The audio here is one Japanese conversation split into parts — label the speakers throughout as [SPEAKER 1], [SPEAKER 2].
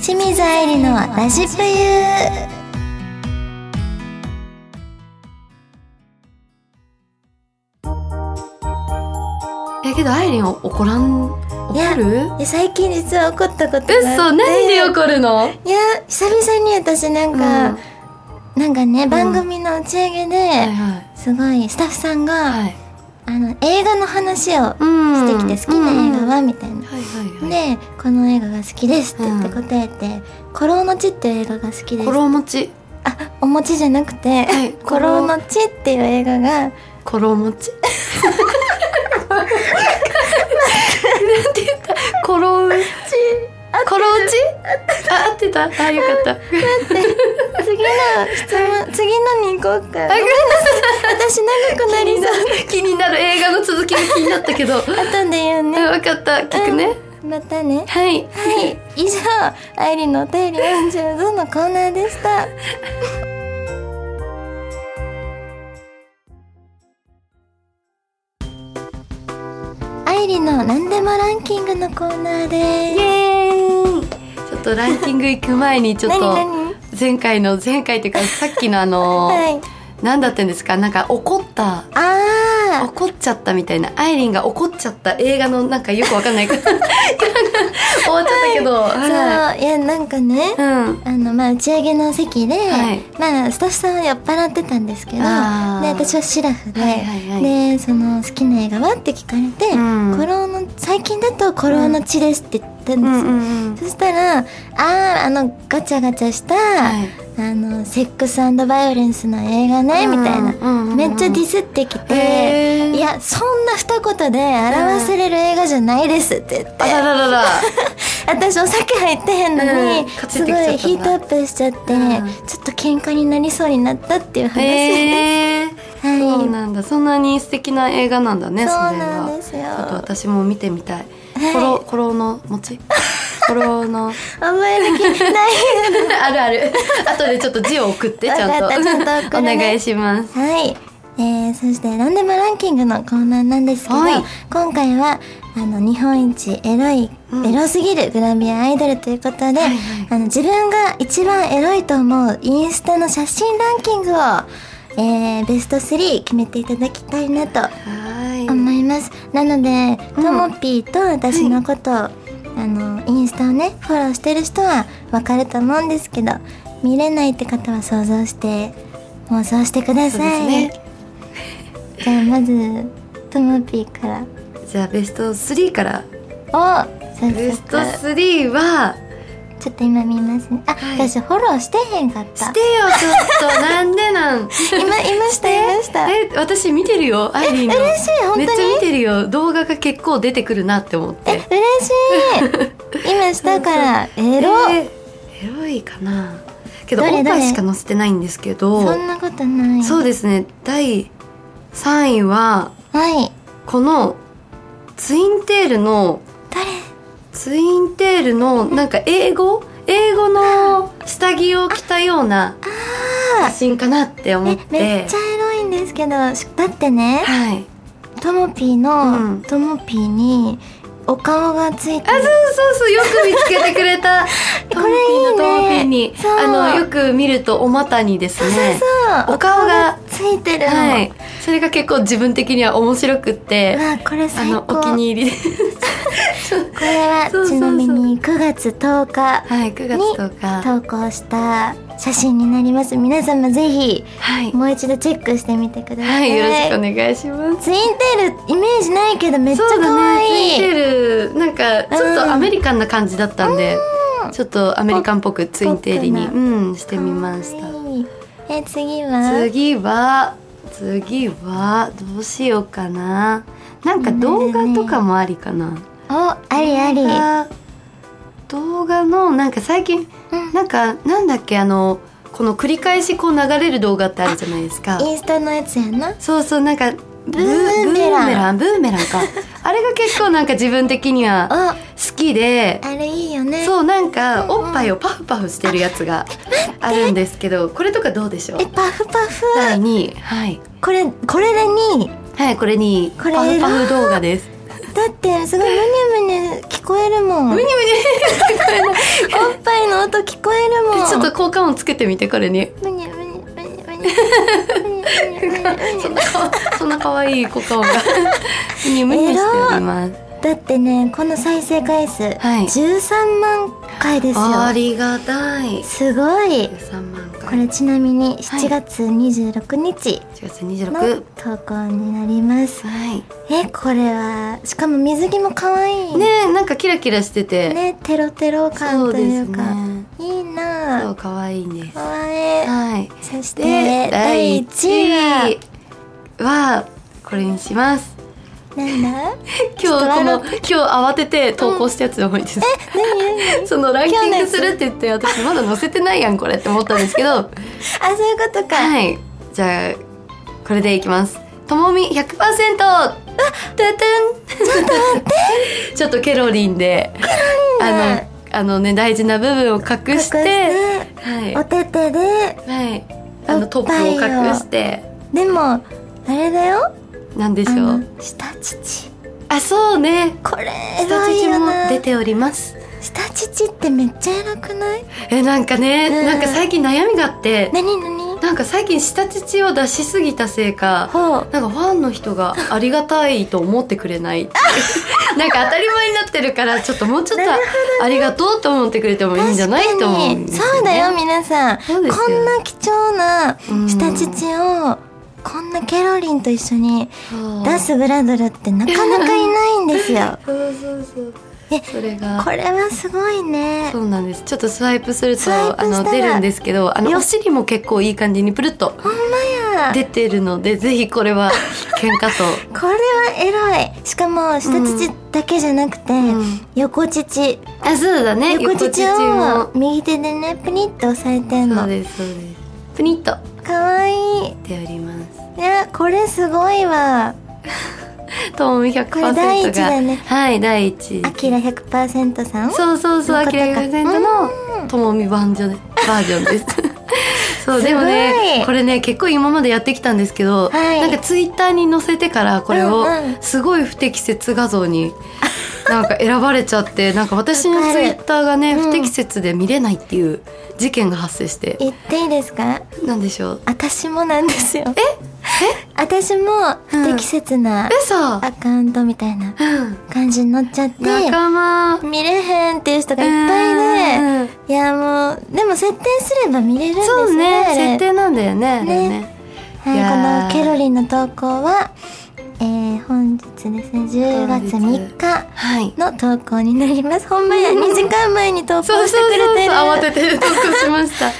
[SPEAKER 1] 清水愛理のラジプユー
[SPEAKER 2] やけどアイリン怒らん
[SPEAKER 1] いや
[SPEAKER 2] 怒る
[SPEAKER 1] いや最近実は怒ったことがあって
[SPEAKER 2] 嘘何で怒るの
[SPEAKER 1] いや久々に私なん
[SPEAKER 2] うん
[SPEAKER 1] か、なんかね
[SPEAKER 2] ん
[SPEAKER 1] 番組の打ち上げで、
[SPEAKER 2] はいはい
[SPEAKER 1] すごいスタッフさんが、
[SPEAKER 2] はい
[SPEAKER 1] あの映画の話を
[SPEAKER 2] うん
[SPEAKER 1] してきて、好きな映画
[SPEAKER 2] は
[SPEAKER 1] はみたいな、
[SPEAKER 2] はいはいはい
[SPEAKER 1] で「この映画が好きです」って言って答えて「コロのち」っていう映画が好きです
[SPEAKER 2] コロもち
[SPEAKER 1] あお餅じゃなくて
[SPEAKER 2] はい
[SPEAKER 1] 「コロのち」っていう映画が
[SPEAKER 2] コロもちなんて言ったコロウコロウちあ合ってたあよかった
[SPEAKER 1] 次の質問次のに行こうか
[SPEAKER 2] あごめん
[SPEAKER 1] 私長くなりそう
[SPEAKER 2] 気になる映画の続きが気になったけどあ
[SPEAKER 1] 後で言うね
[SPEAKER 2] わかった聞くね、
[SPEAKER 1] またね
[SPEAKER 2] はい
[SPEAKER 1] はい以上あいりのお便り45のコーナーでしたあいりの何でもランキングのコーナー
[SPEAKER 2] イ
[SPEAKER 1] で
[SPEAKER 2] エーイちょっとランキング行く前にち
[SPEAKER 1] す
[SPEAKER 2] ょ
[SPEAKER 1] 何
[SPEAKER 2] っと
[SPEAKER 1] 何
[SPEAKER 2] 前回の前回っ ていうかさっきのあの、
[SPEAKER 1] はい
[SPEAKER 2] 何だったんですかなんか怒った
[SPEAKER 1] あ
[SPEAKER 2] 怒っちゃったみたいなアイリンが怒っちゃった映画のなんかよくわかんないか ら終わっちゃったけど、は
[SPEAKER 1] あそういやなんかね
[SPEAKER 2] いうん
[SPEAKER 1] あのまあ打ち上げの席で、
[SPEAKER 2] はい
[SPEAKER 1] まあスタッフさんは酔っ払ってたんですけどで
[SPEAKER 2] あー
[SPEAKER 1] 私はシラフで、
[SPEAKER 2] はいはいはい
[SPEAKER 1] でその好きな映画はって聞かれて、
[SPEAKER 2] うん
[SPEAKER 1] コロの最近だと「コロの血です」って言ったん
[SPEAKER 2] う
[SPEAKER 1] ですよ、
[SPEAKER 2] んうんうん
[SPEAKER 1] そしたらあーあのガチャガチャした、
[SPEAKER 2] はい
[SPEAKER 1] あのセックスバイオレンスの映画ね、みたいな、
[SPEAKER 2] うんうんうん
[SPEAKER 1] めっちゃディスってきて。
[SPEAKER 2] へー
[SPEAKER 1] いやそんな二言で表せれる映画じゃないですって言って、
[SPEAKER 2] あらららら
[SPEAKER 1] 私お酒入ってへんのに、
[SPEAKER 2] うん勝
[SPEAKER 1] す
[SPEAKER 2] 手に
[SPEAKER 1] ご
[SPEAKER 2] で
[SPEAKER 1] い
[SPEAKER 2] きち
[SPEAKER 1] ヒー
[SPEAKER 2] ゃったんだ
[SPEAKER 1] トアップしちゃって、
[SPEAKER 2] うん
[SPEAKER 1] ちょっと喧嘩になりそうになったっていう話で
[SPEAKER 2] へえ
[SPEAKER 1] す、はい
[SPEAKER 2] そうなんだそんなに素敵な映画なんだねそれ
[SPEAKER 1] そう
[SPEAKER 2] は
[SPEAKER 1] なんですよ
[SPEAKER 2] ちょっと私も見てみたい、
[SPEAKER 1] はい
[SPEAKER 2] コロコロの 餅コロの
[SPEAKER 1] 覚える気ない
[SPEAKER 2] あるある後でちょっと字を送ってちゃんと
[SPEAKER 1] わかったちゃんと送るね
[SPEAKER 2] お願いします
[SPEAKER 1] はい、えー、そして「何でもランキング」のコーナーなんですけど、
[SPEAKER 2] はい
[SPEAKER 1] 今回はあの日本一エロい、
[SPEAKER 2] うん
[SPEAKER 1] エロすぎるグラビアアイドルということで、
[SPEAKER 2] いはい
[SPEAKER 1] あの自分が一番エロいと思うインスタの写真ランキングを、えー、ベスト3決めていただきたいなと
[SPEAKER 2] はい
[SPEAKER 1] 思いますなので
[SPEAKER 2] うん
[SPEAKER 1] ともぴーと私のことを、あのインスタをねフォローしてる人はわかると思うんですけど見れないって方は想像して妄想してくだ
[SPEAKER 2] そ
[SPEAKER 1] さ
[SPEAKER 2] うです
[SPEAKER 1] い、
[SPEAKER 2] ね
[SPEAKER 1] じゃあまずともぴーから
[SPEAKER 2] じゃあベスト3から
[SPEAKER 1] お
[SPEAKER 2] ベ
[SPEAKER 1] 早
[SPEAKER 2] スト
[SPEAKER 1] 速
[SPEAKER 2] 3は
[SPEAKER 1] ちょっと今見ますねあ、
[SPEAKER 2] はい
[SPEAKER 1] 私フォローしてへんかった
[SPEAKER 2] してよちょっとなんでなん
[SPEAKER 1] 今いましたいました嬉しい
[SPEAKER 2] え私見てるよアイリンの
[SPEAKER 1] 本当
[SPEAKER 2] め
[SPEAKER 1] に
[SPEAKER 2] っちゃ見てるよ動画が結構出てくるなって思って
[SPEAKER 1] 嬉しい 今下からエロ、
[SPEAKER 2] えーエロいかなけど
[SPEAKER 1] どれ
[SPEAKER 2] おっぱ
[SPEAKER 1] どれ
[SPEAKER 2] いしか載せてないんですけど
[SPEAKER 1] そんなことない
[SPEAKER 2] そうですね第3位は
[SPEAKER 1] はい
[SPEAKER 2] このツインテールの
[SPEAKER 1] 誰
[SPEAKER 2] ツインテールのなんか英語英語の下着を着たような写真かなって思っ
[SPEAKER 1] え
[SPEAKER 2] て
[SPEAKER 1] めっちゃエロいんですけどしだってね
[SPEAKER 2] はい
[SPEAKER 1] ともぴー
[SPEAKER 2] う
[SPEAKER 1] の
[SPEAKER 2] ん
[SPEAKER 1] ともぴーにお顔がついて
[SPEAKER 2] あそう
[SPEAKER 1] る
[SPEAKER 2] そうそうよく見つけてくれた
[SPEAKER 1] こ
[SPEAKER 2] ト
[SPEAKER 1] れ
[SPEAKER 2] モピーのトモピー
[SPEAKER 1] いい
[SPEAKER 2] に
[SPEAKER 1] ねそう
[SPEAKER 2] あのよく見るとお股にですね
[SPEAKER 1] そう
[SPEAKER 2] お顔が
[SPEAKER 1] ついてるの、
[SPEAKER 2] はいそれが結構自分的には面白くって
[SPEAKER 1] わあこれ
[SPEAKER 2] あ
[SPEAKER 1] 最
[SPEAKER 2] の
[SPEAKER 1] 高
[SPEAKER 2] お気に入りで
[SPEAKER 1] これは
[SPEAKER 2] そうそうそ
[SPEAKER 1] ち
[SPEAKER 2] う
[SPEAKER 1] なみに9月10日
[SPEAKER 2] はい9月10日
[SPEAKER 1] 投稿した写真になります皆様ぜひ
[SPEAKER 2] はい、
[SPEAKER 1] もう一度チェックしてみてくださ、
[SPEAKER 2] はいい、よろしくお願いします
[SPEAKER 1] ツインテールイメージないけどめっちゃ
[SPEAKER 2] そうだ
[SPEAKER 1] 可
[SPEAKER 2] ね
[SPEAKER 1] 愛い、
[SPEAKER 2] ツインテールなんかちょっとアメリカンな感じだったんで、ちょっとアメリカンっぽくツインテールに
[SPEAKER 1] ポップ
[SPEAKER 2] うんしてみました
[SPEAKER 1] 可愛いえ次は
[SPEAKER 2] 次は次はどうしようかななんか動画とかもありかな、
[SPEAKER 1] おありあり、
[SPEAKER 2] 動
[SPEAKER 1] う
[SPEAKER 2] 画動画のなんか最近
[SPEAKER 1] ん
[SPEAKER 2] なんかなんだっけあのこの繰り返しこう流れる動画ってあるじゃないですか
[SPEAKER 1] インスタのやつやな
[SPEAKER 2] そうそうなんかブ
[SPEAKER 1] ブーメラン
[SPEAKER 2] ンブーメランブーメランかあれが結構なんか自分的 には
[SPEAKER 1] あ
[SPEAKER 2] 好きで
[SPEAKER 1] あれいいよね
[SPEAKER 2] そうなん
[SPEAKER 1] う
[SPEAKER 2] か
[SPEAKER 1] んうん
[SPEAKER 2] おっぱいをパフパフしてるやつがあるんですけどこれとかどうでしょう
[SPEAKER 1] えパフパフ
[SPEAKER 2] 第2位はい
[SPEAKER 1] これこれでに
[SPEAKER 2] はいこれに
[SPEAKER 1] これ
[SPEAKER 2] パフパフ動画です
[SPEAKER 1] だってすごいムニュムニュ聞聞こえるもん
[SPEAKER 2] ム
[SPEAKER 1] お
[SPEAKER 2] ニ
[SPEAKER 1] っ
[SPEAKER 2] ムニ聞こえない
[SPEAKER 1] ぱいの音聞こえるもん
[SPEAKER 2] ちょっと効果音つけてみて彼に
[SPEAKER 1] むにゃむにゃむにゃむにゃむにゃむにゃむにゃむ
[SPEAKER 2] そん
[SPEAKER 1] に
[SPEAKER 2] なかわそんな可愛い効果音が ムニムニしております
[SPEAKER 1] ゃ だってねこの再生回数、
[SPEAKER 2] はい
[SPEAKER 1] 13万回ですよ
[SPEAKER 2] ありがたい
[SPEAKER 1] すごい
[SPEAKER 2] 13万回
[SPEAKER 1] これちなみに7月26日
[SPEAKER 2] 1月26
[SPEAKER 1] の投稿になります、
[SPEAKER 2] はい
[SPEAKER 1] えこれはしかも水着も可愛い
[SPEAKER 2] ねえなんかキラキラしてて、
[SPEAKER 1] ねテロテロ感というか
[SPEAKER 2] そうですね
[SPEAKER 1] いい
[SPEAKER 2] そ
[SPEAKER 1] な
[SPEAKER 2] う可愛いんです
[SPEAKER 1] かわいい
[SPEAKER 2] はい
[SPEAKER 1] そして
[SPEAKER 2] で
[SPEAKER 1] 第1
[SPEAKER 2] 第
[SPEAKER 1] 位
[SPEAKER 2] 1
[SPEAKER 1] は
[SPEAKER 2] 位はこれにします
[SPEAKER 1] なんだ
[SPEAKER 2] 今日この
[SPEAKER 1] ち
[SPEAKER 2] 今日慌てて投稿したやつの方にです、そのランキングするって言って私まだ載せてないやんこれって思ったんですけ ど
[SPEAKER 1] あそういうことか、
[SPEAKER 2] はいじゃあこれでいきますともみ100%あトゥトゥンちょっと待って ちょっとケロリンで
[SPEAKER 1] ン
[SPEAKER 2] あ
[SPEAKER 1] で
[SPEAKER 2] のあのね大事な部分を隠し
[SPEAKER 1] 隠し
[SPEAKER 2] て
[SPEAKER 1] て
[SPEAKER 2] はい
[SPEAKER 1] おててで
[SPEAKER 2] はいあのトップを隠して
[SPEAKER 1] でもあれだよ
[SPEAKER 2] なんでし
[SPEAKER 1] あ
[SPEAKER 2] ょ
[SPEAKER 1] の
[SPEAKER 2] う
[SPEAKER 1] 下乳
[SPEAKER 2] あそうね
[SPEAKER 1] これエ
[SPEAKER 2] 下
[SPEAKER 1] ロい
[SPEAKER 2] 乳
[SPEAKER 1] よ
[SPEAKER 2] も
[SPEAKER 1] な
[SPEAKER 2] 出ております
[SPEAKER 1] 下乳ってめっちゃエロくない
[SPEAKER 2] えなんかね、
[SPEAKER 1] うん
[SPEAKER 2] なんか最近悩みがあって、
[SPEAKER 1] 何何
[SPEAKER 2] なんか最近下乳を出しすぎたせいか
[SPEAKER 1] ほう
[SPEAKER 2] なんかファンの人がありがたいと思ってくれないなんか当たり前になってるからちょっともうちょっ
[SPEAKER 1] なる
[SPEAKER 2] とありがとうと思ってくれてもいいんじゃないと思うんですよ、ね、
[SPEAKER 1] そうだよ皆さんこ
[SPEAKER 2] そうですよ
[SPEAKER 1] んな貴重な
[SPEAKER 2] うん
[SPEAKER 1] 下乳をこんなケロリンと一緒に
[SPEAKER 2] そう
[SPEAKER 1] 出すグラドルってなかなかいないんですよ
[SPEAKER 2] そうそうそう
[SPEAKER 1] え
[SPEAKER 2] それが
[SPEAKER 1] これはすごいね
[SPEAKER 2] そうなんですちょっとスワイプする
[SPEAKER 1] スワイ
[SPEAKER 2] と
[SPEAKER 1] プ
[SPEAKER 2] あ
[SPEAKER 1] した
[SPEAKER 2] の
[SPEAKER 1] ら
[SPEAKER 2] 出るんですけどあの
[SPEAKER 1] よ
[SPEAKER 2] お尻も結構いい感じにプルッと
[SPEAKER 1] ほんまや
[SPEAKER 2] 出てるのでぜひこれは必見かと
[SPEAKER 1] これはエロいしかも下乳だけじゃなくて、
[SPEAKER 2] ん
[SPEAKER 1] 横乳
[SPEAKER 2] あそうだね
[SPEAKER 1] 横乳
[SPEAKER 2] も
[SPEAKER 1] を右手でねプニッと押さえてん
[SPEAKER 2] そう
[SPEAKER 1] の
[SPEAKER 2] ですそうですプニッと
[SPEAKER 1] かわいい
[SPEAKER 2] 出ております
[SPEAKER 1] いやこれすごいわ
[SPEAKER 2] ともみ100%
[SPEAKER 1] こ
[SPEAKER 2] が
[SPEAKER 1] れ第一だね
[SPEAKER 2] はい第一
[SPEAKER 1] あきら100%さん
[SPEAKER 2] そうそうそう
[SPEAKER 1] の
[SPEAKER 2] あ
[SPEAKER 1] 方か
[SPEAKER 2] き
[SPEAKER 1] ら
[SPEAKER 2] 100%のともみバージョンバージョンです そ
[SPEAKER 1] すごい
[SPEAKER 2] うでもねこれね結構今までやってきたんですけど、
[SPEAKER 1] はい
[SPEAKER 2] なんかツイッターに載せてからこれを
[SPEAKER 1] うんうん
[SPEAKER 2] すごい不適切画像 になんか選ばれちゃってなんか私の
[SPEAKER 1] わか
[SPEAKER 2] ツ
[SPEAKER 1] る
[SPEAKER 2] イッターがね
[SPEAKER 1] うん
[SPEAKER 2] 不適切で見れないっていう事件が発生して、
[SPEAKER 1] 言っていいですか
[SPEAKER 2] なんでしょう
[SPEAKER 1] 私もなんですよえ私も不適切な
[SPEAKER 2] えさ
[SPEAKER 1] アカウントみたいな
[SPEAKER 2] うん
[SPEAKER 1] 感じになっちゃって
[SPEAKER 2] 仲間
[SPEAKER 1] 見れへんっていう人がいっ
[SPEAKER 2] うん
[SPEAKER 1] ぱ
[SPEAKER 2] うんう
[SPEAKER 1] い
[SPEAKER 2] ん
[SPEAKER 1] でいやもうでも設定すれば見れるんですね
[SPEAKER 2] そうね
[SPEAKER 1] あれ
[SPEAKER 2] 設定なんだよねあれね
[SPEAKER 1] ね
[SPEAKER 2] い
[SPEAKER 1] は
[SPEAKER 2] や
[SPEAKER 1] い、
[SPEAKER 2] ー
[SPEAKER 1] このケロリンの投稿は、えー、本日ですね10月3日
[SPEAKER 2] はい
[SPEAKER 1] の投稿になりますほんまや
[SPEAKER 2] うん
[SPEAKER 1] 2時間前に投稿
[SPEAKER 2] そう
[SPEAKER 1] して
[SPEAKER 2] そう
[SPEAKER 1] くれ
[SPEAKER 2] そう
[SPEAKER 1] て
[SPEAKER 2] そう
[SPEAKER 1] る
[SPEAKER 2] 慌てて投稿しました
[SPEAKER 1] あ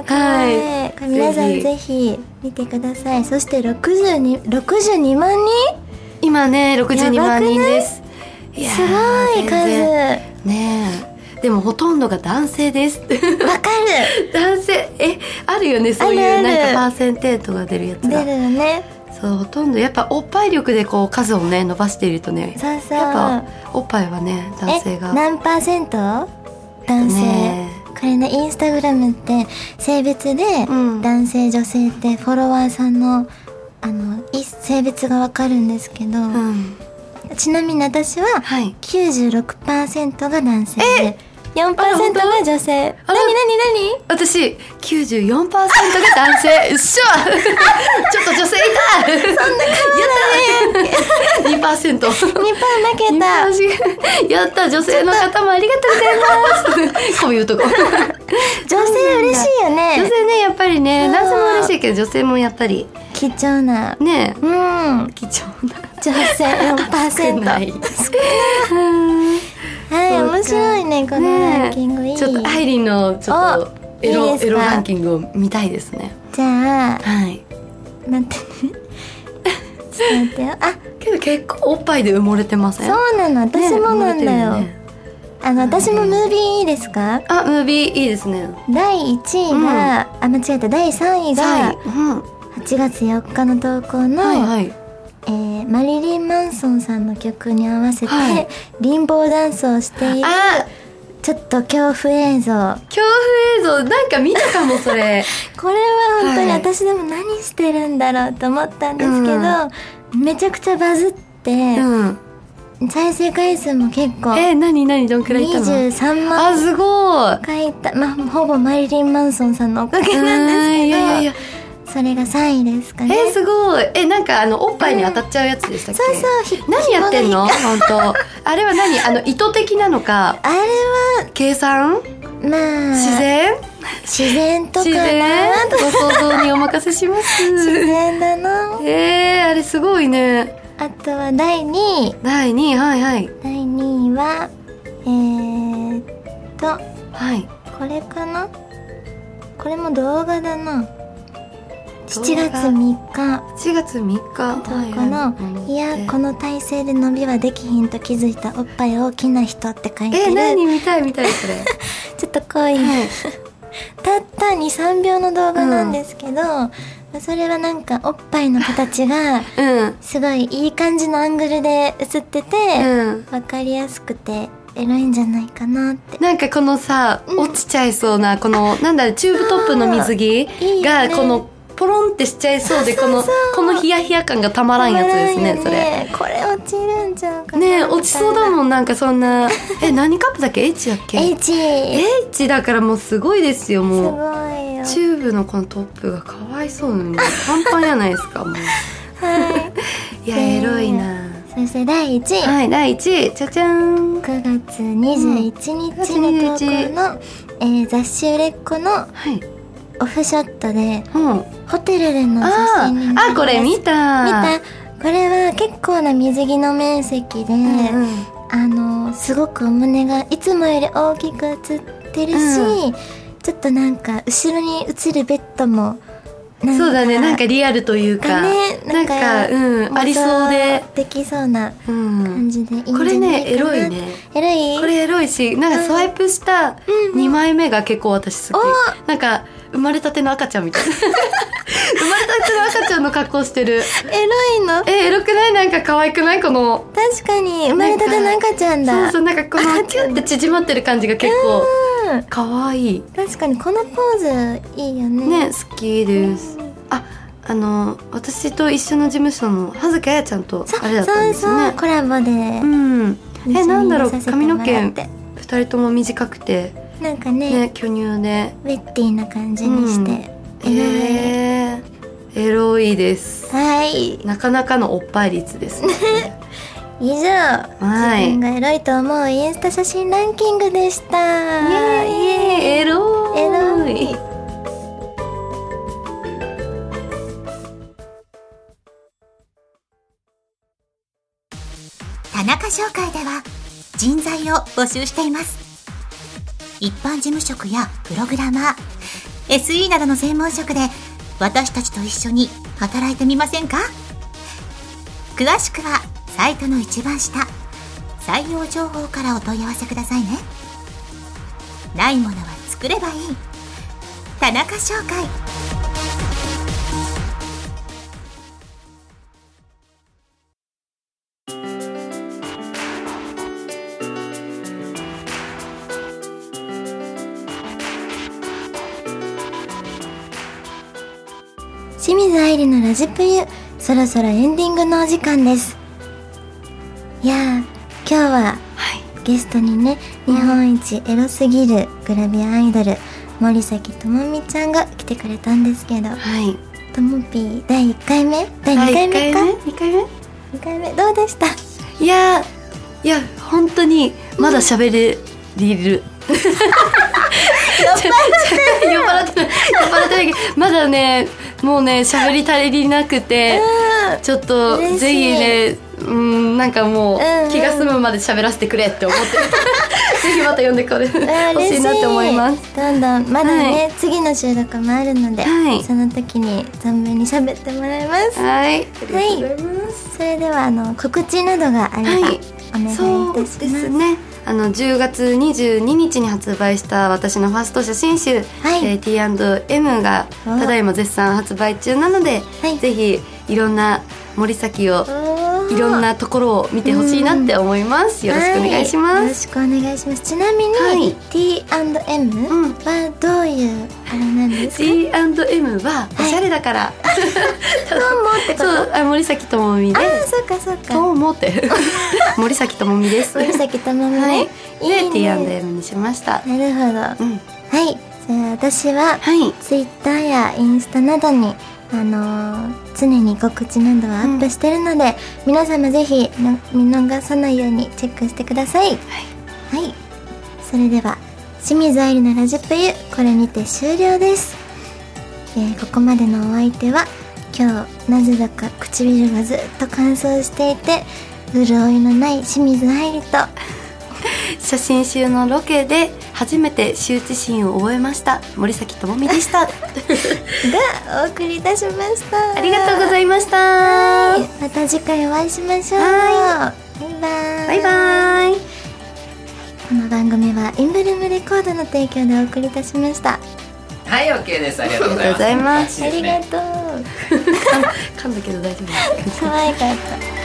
[SPEAKER 1] ーかわいい
[SPEAKER 2] はい
[SPEAKER 1] これ皆さんぜ
[SPEAKER 2] ぜ
[SPEAKER 1] ひ見てくださいそして62 62万人
[SPEAKER 2] 今ね62万人ですいやー
[SPEAKER 1] すごい
[SPEAKER 2] 全
[SPEAKER 1] 数
[SPEAKER 2] 然ねえでもほとんどが男性です
[SPEAKER 1] わかる
[SPEAKER 2] 男性えあるよねそうい
[SPEAKER 1] あるあ
[SPEAKER 2] う
[SPEAKER 1] る
[SPEAKER 2] なんかパーセンテージが出るやつ
[SPEAKER 1] 出
[SPEAKER 2] が
[SPEAKER 1] るよね
[SPEAKER 2] そうほとんどやっぱおっぱい力でこう数をね伸ばしているとね
[SPEAKER 1] そうそう
[SPEAKER 2] やっぱおっぱいはね男性
[SPEAKER 1] え
[SPEAKER 2] が
[SPEAKER 1] 何パーセント男性、
[SPEAKER 2] ね
[SPEAKER 1] これねインスタグラムって性別で
[SPEAKER 2] うん
[SPEAKER 1] 男性、女性ってフォロワーさんのあのい性別がわかるんですけど、
[SPEAKER 2] うん
[SPEAKER 1] ちなみに私は
[SPEAKER 2] はい
[SPEAKER 1] 96%が男性で4%が
[SPEAKER 2] あ本当
[SPEAKER 1] 女性
[SPEAKER 2] あ
[SPEAKER 1] 何何何
[SPEAKER 2] 私94%が男 性うっしょ ちょっと女性いたそんな変わらない2%
[SPEAKER 1] 2
[SPEAKER 2] みん
[SPEAKER 1] パ
[SPEAKER 2] な
[SPEAKER 1] ー負け
[SPEAKER 2] やった女性の方もありがとうございます。こういうとこ。
[SPEAKER 1] た女性嬉しいよ
[SPEAKER 2] 女
[SPEAKER 1] ね
[SPEAKER 2] 性ねやっぱりね
[SPEAKER 1] そう
[SPEAKER 2] 男性も嬉しいけど女性もやっぱり
[SPEAKER 1] 貴重な
[SPEAKER 2] ね
[SPEAKER 1] うん女
[SPEAKER 2] 貴 重な
[SPEAKER 1] 性4%
[SPEAKER 2] ない。
[SPEAKER 1] はい
[SPEAKER 2] そうか
[SPEAKER 1] 面白いねこのランキングいい、
[SPEAKER 2] ちょっとアイリンのちょっとエ
[SPEAKER 1] いい
[SPEAKER 2] ロ
[SPEAKER 1] ですか
[SPEAKER 2] エロランキングを見たいですね。
[SPEAKER 1] じゃあ
[SPEAKER 2] はい。
[SPEAKER 1] 待ってねちょっと待ってよ あ
[SPEAKER 2] けど結構おっぱいで埋もれてません。
[SPEAKER 1] そうなの私もなんだよ,、
[SPEAKER 2] ね埋もれてるね
[SPEAKER 1] あの私もムービーいいですか
[SPEAKER 2] あムービーいいですね。
[SPEAKER 1] 第1位が、
[SPEAKER 2] うん
[SPEAKER 1] あ間違えた第3位
[SPEAKER 2] は
[SPEAKER 1] が
[SPEAKER 2] い。うん。
[SPEAKER 1] 8月4日の投稿の、
[SPEAKER 2] はいはい。
[SPEAKER 1] えーマリリン・マンソンさんの曲に合わせて、
[SPEAKER 2] はい
[SPEAKER 1] リンボーダンスをしている
[SPEAKER 2] あ
[SPEAKER 1] ちょっと恐怖映像
[SPEAKER 2] 恐怖映像なんか見たかもそれ。
[SPEAKER 1] これは本当に
[SPEAKER 2] はい
[SPEAKER 1] 私でも何 してるんだろうと思ったんですけど、めちゃくちゃバズって、
[SPEAKER 2] うん。
[SPEAKER 1] 再生回数も結構
[SPEAKER 2] えー、なになにどんくらいいたの
[SPEAKER 1] 23万
[SPEAKER 2] あ、すごい。
[SPEAKER 1] 回いったまあほぼマリリン・マンソンさんのおかげ
[SPEAKER 2] う
[SPEAKER 1] なんですけ
[SPEAKER 2] ー
[SPEAKER 1] ど
[SPEAKER 2] んいやいやいや。
[SPEAKER 1] それが3位ですか
[SPEAKER 2] え
[SPEAKER 1] ね
[SPEAKER 2] ー、すごい。え、なんかあの、おっぱいに当たっちゃうやつでしたっけ、
[SPEAKER 1] そうそうひ
[SPEAKER 2] 何やってんの本当。あれは何あの、意図的なのか、
[SPEAKER 1] あれは
[SPEAKER 2] 計算
[SPEAKER 1] まあ
[SPEAKER 2] 自然
[SPEAKER 1] 自然とか
[SPEAKER 2] 自然
[SPEAKER 1] な
[SPEAKER 2] ご想像にお任せします。
[SPEAKER 1] 自然だな
[SPEAKER 2] えー、あれすごいね。
[SPEAKER 1] あとは第2位
[SPEAKER 2] 第2位、はいはい。
[SPEAKER 1] 第2位はえー、っと
[SPEAKER 2] はい。
[SPEAKER 1] これかなこれも動画だな7月
[SPEAKER 2] 動
[SPEAKER 1] 3日
[SPEAKER 2] 7月3日。
[SPEAKER 1] この「いやこの体勢で伸びはできひんと気づいたおっぱい大きな人」って書いて
[SPEAKER 2] え、
[SPEAKER 1] る
[SPEAKER 2] 何見たい見たいそれ。
[SPEAKER 1] ちょっと濃い、
[SPEAKER 2] はい。
[SPEAKER 1] たった23秒の動画なんですけど、それはなんかおっぱいの形 が
[SPEAKER 2] うん。
[SPEAKER 1] すごいいい感じのアングルで映ってて
[SPEAKER 2] うん。
[SPEAKER 1] わ、かりやすくてエロいんじゃないかなって
[SPEAKER 2] なんかこのさ、落ちちゃいそうな、この、なんだろう、チューブトップの水着
[SPEAKER 1] いいよ
[SPEAKER 2] が、
[SPEAKER 1] ね
[SPEAKER 2] この、ポロンってしちゃいそうで、こ
[SPEAKER 1] そう
[SPEAKER 2] の
[SPEAKER 1] そう、
[SPEAKER 2] このヒヤヒヤ感がたまらんやつですね、それ。
[SPEAKER 1] れこれ落ちるんちゃうかな
[SPEAKER 2] ねえ落ちそうだ
[SPEAKER 1] ん
[SPEAKER 2] もん、なんかそんな。え、何カップだっけ ?H だっけ
[SPEAKER 1] H す
[SPEAKER 2] ?H だからもうすごいですよ、
[SPEAKER 1] ごい
[SPEAKER 2] もう。
[SPEAKER 1] よ
[SPEAKER 2] チューブのこのトップがかわいそうなのに、パンパンやないです か、もう。
[SPEAKER 1] はい
[SPEAKER 2] や、エロいな。
[SPEAKER 1] いそして第1位、
[SPEAKER 2] はい、第1位、じゃじゃん。
[SPEAKER 1] 9月21日の投稿の、えー雑誌売れっ子の
[SPEAKER 2] はい。
[SPEAKER 1] オフショットで
[SPEAKER 2] うん。
[SPEAKER 1] ホテルでの写
[SPEAKER 2] あ
[SPEAKER 1] 真になりま
[SPEAKER 2] ー
[SPEAKER 1] す
[SPEAKER 2] あ、これ見た。
[SPEAKER 1] 見たこれは結構な水着の面積で、
[SPEAKER 2] うんうん
[SPEAKER 1] あのすごくお胸がいつもより大きく映ってるし、
[SPEAKER 2] う
[SPEAKER 1] ちょっとなんか後ろに映るベッドもな
[SPEAKER 2] そうだね、なんかリアルというか、
[SPEAKER 1] だね
[SPEAKER 2] なんか、うん、ありそうで、
[SPEAKER 1] できそうな
[SPEAKER 2] うん
[SPEAKER 1] 感、じでいいんじゃ
[SPEAKER 2] こ
[SPEAKER 1] ない
[SPEAKER 2] れ
[SPEAKER 1] かな
[SPEAKER 2] ね、エロいね。
[SPEAKER 1] エロい
[SPEAKER 2] これエロいし、なんかスワイプした2枚目が結構私好き。なんか、生まれたての赤ちゃん みたいな。生まれたての赤ちゃんの格好して
[SPEAKER 1] エ
[SPEAKER 2] る。
[SPEAKER 1] ロいの
[SPEAKER 2] え、エロくないなんか可愛くないこの、
[SPEAKER 1] 確かに生まれたての赤ちゃん
[SPEAKER 2] そう
[SPEAKER 1] だ
[SPEAKER 2] そう、なんかこの、キュンって縮まってる感じが結構、可愛い。
[SPEAKER 1] 確かにこのポーズいいよね
[SPEAKER 2] ね、好きです。あ、あの、私と一緒の事務所の葉月彩ちゃんと
[SPEAKER 1] そう
[SPEAKER 2] あれだったんですよ
[SPEAKER 1] そう
[SPEAKER 2] ね
[SPEAKER 1] そう。コラボで、
[SPEAKER 2] うん。
[SPEAKER 1] 一緒
[SPEAKER 2] え、
[SPEAKER 1] に
[SPEAKER 2] なんだろ
[SPEAKER 1] 見
[SPEAKER 2] う、
[SPEAKER 1] させて
[SPEAKER 2] 髪
[SPEAKER 1] も
[SPEAKER 2] の
[SPEAKER 1] らっ
[SPEAKER 2] 毛、二
[SPEAKER 1] て
[SPEAKER 2] 人とも短くて、
[SPEAKER 1] なんかね
[SPEAKER 2] ね、巨乳
[SPEAKER 1] ウ
[SPEAKER 2] で。
[SPEAKER 1] ェッティな感じにして、
[SPEAKER 2] えー、エロいです。
[SPEAKER 1] はい以
[SPEAKER 2] なかなかのおっぱい率ですね。
[SPEAKER 1] 上、
[SPEAKER 2] はい
[SPEAKER 1] 自分がエロいと思うインスタ写真ランキングでした
[SPEAKER 2] イエーイエロい。
[SPEAKER 1] エロい
[SPEAKER 3] 田中商会では人材を募集しています一般事務職やプログラマー SE などの専門職で私たちと一緒に働いてみませんか詳しくはサイトの一番下採用情報からお問い合わせくださいねないものは作ればいい田中商会
[SPEAKER 1] 清水愛理のラジプユそろそろエンディングのお時間ですいやー今日は
[SPEAKER 2] はい。
[SPEAKER 1] ゲストにね日本一エロすぎるグラビアアイドル森崎智美ちゃんが来てくれたんですけど
[SPEAKER 2] はい。
[SPEAKER 1] ともぴー第1回目第2回目か、
[SPEAKER 2] はい一回目二回
[SPEAKER 1] 2回目どうで した
[SPEAKER 2] 目いやー、いや、本当に、まだ喋れ る。 酔っ払ってない酔っ払ってないけどまだねもうね喋り足りなくてちょっと
[SPEAKER 1] 嬉しい
[SPEAKER 2] ぜひねうんなんかもう
[SPEAKER 1] うんうん
[SPEAKER 2] 気が済むまで喋らせてくれって思って ぜひまた呼んでこれほ
[SPEAKER 1] あー嬉
[SPEAKER 2] しいなって思います
[SPEAKER 1] どんどんまだね、
[SPEAKER 2] は
[SPEAKER 1] 次の収録もあるので、
[SPEAKER 2] はい
[SPEAKER 1] その時に存分に喋ってもらいます
[SPEAKER 2] はい
[SPEAKER 1] はいそれではあの告知などがあれば、
[SPEAKER 2] はい
[SPEAKER 1] お願いいたし
[SPEAKER 2] そう
[SPEAKER 1] ま
[SPEAKER 2] ですすねあの10月22日に発売した私のファースト写真集「
[SPEAKER 1] はい
[SPEAKER 2] えー T&M」が
[SPEAKER 1] お
[SPEAKER 2] ただいま絶賛発売中なので、
[SPEAKER 1] はい
[SPEAKER 2] ぜひいろんな森崎を
[SPEAKER 1] おー
[SPEAKER 2] いろんなところを見てほしいなって思います。よろしくお願いし
[SPEAKER 1] は
[SPEAKER 2] ま
[SPEAKER 1] よろ
[SPEAKER 2] す。
[SPEAKER 1] しくお願いします。ちなみに、
[SPEAKER 2] はい
[SPEAKER 1] T&M
[SPEAKER 2] うん
[SPEAKER 1] はどういうあれなんですか？
[SPEAKER 2] G&M はおしゃれだから。
[SPEAKER 1] どうもってこ
[SPEAKER 2] そ
[SPEAKER 1] と。
[SPEAKER 2] う、あ森崎智美
[SPEAKER 1] あ
[SPEAKER 2] で
[SPEAKER 1] あ、
[SPEAKER 2] す。
[SPEAKER 1] そうかそうか。
[SPEAKER 2] ともって 森崎智美です。
[SPEAKER 1] 森崎たまみ
[SPEAKER 2] は
[SPEAKER 1] ね
[SPEAKER 2] い。。
[SPEAKER 1] い
[SPEAKER 2] で
[SPEAKER 1] いね。
[SPEAKER 2] T&M にしました。
[SPEAKER 1] なるほど。は
[SPEAKER 2] うん。
[SPEAKER 1] い。じゃあ私は
[SPEAKER 2] はい。
[SPEAKER 1] ツイッターやインスタなどに、あのー常に告知などはアップしてるので、皆様ぜひの見逃さないようにチェックしてください。はい。それでは、清水愛理のラジプユ、これにて終了です。えーここまでのお相手は、今日、なぜだか唇がずっと乾燥していて、潤いのない清水愛理 と、
[SPEAKER 2] 写真集のロケで初めて羞恥心を終えました森崎智美で した
[SPEAKER 1] がお送りいたしました。
[SPEAKER 2] ありがとうございました
[SPEAKER 1] また次回お会いしましょう。
[SPEAKER 2] は
[SPEAKER 1] バイバイ。
[SPEAKER 2] バイバイ
[SPEAKER 1] この番組はインブルームレコードの提供でお送りいたしました。
[SPEAKER 4] はい、OK です。ありがとうございます。
[SPEAKER 2] ありがとうございます
[SPEAKER 1] ありがとう。
[SPEAKER 2] 噛んだけど大丈夫です
[SPEAKER 1] 可愛かった。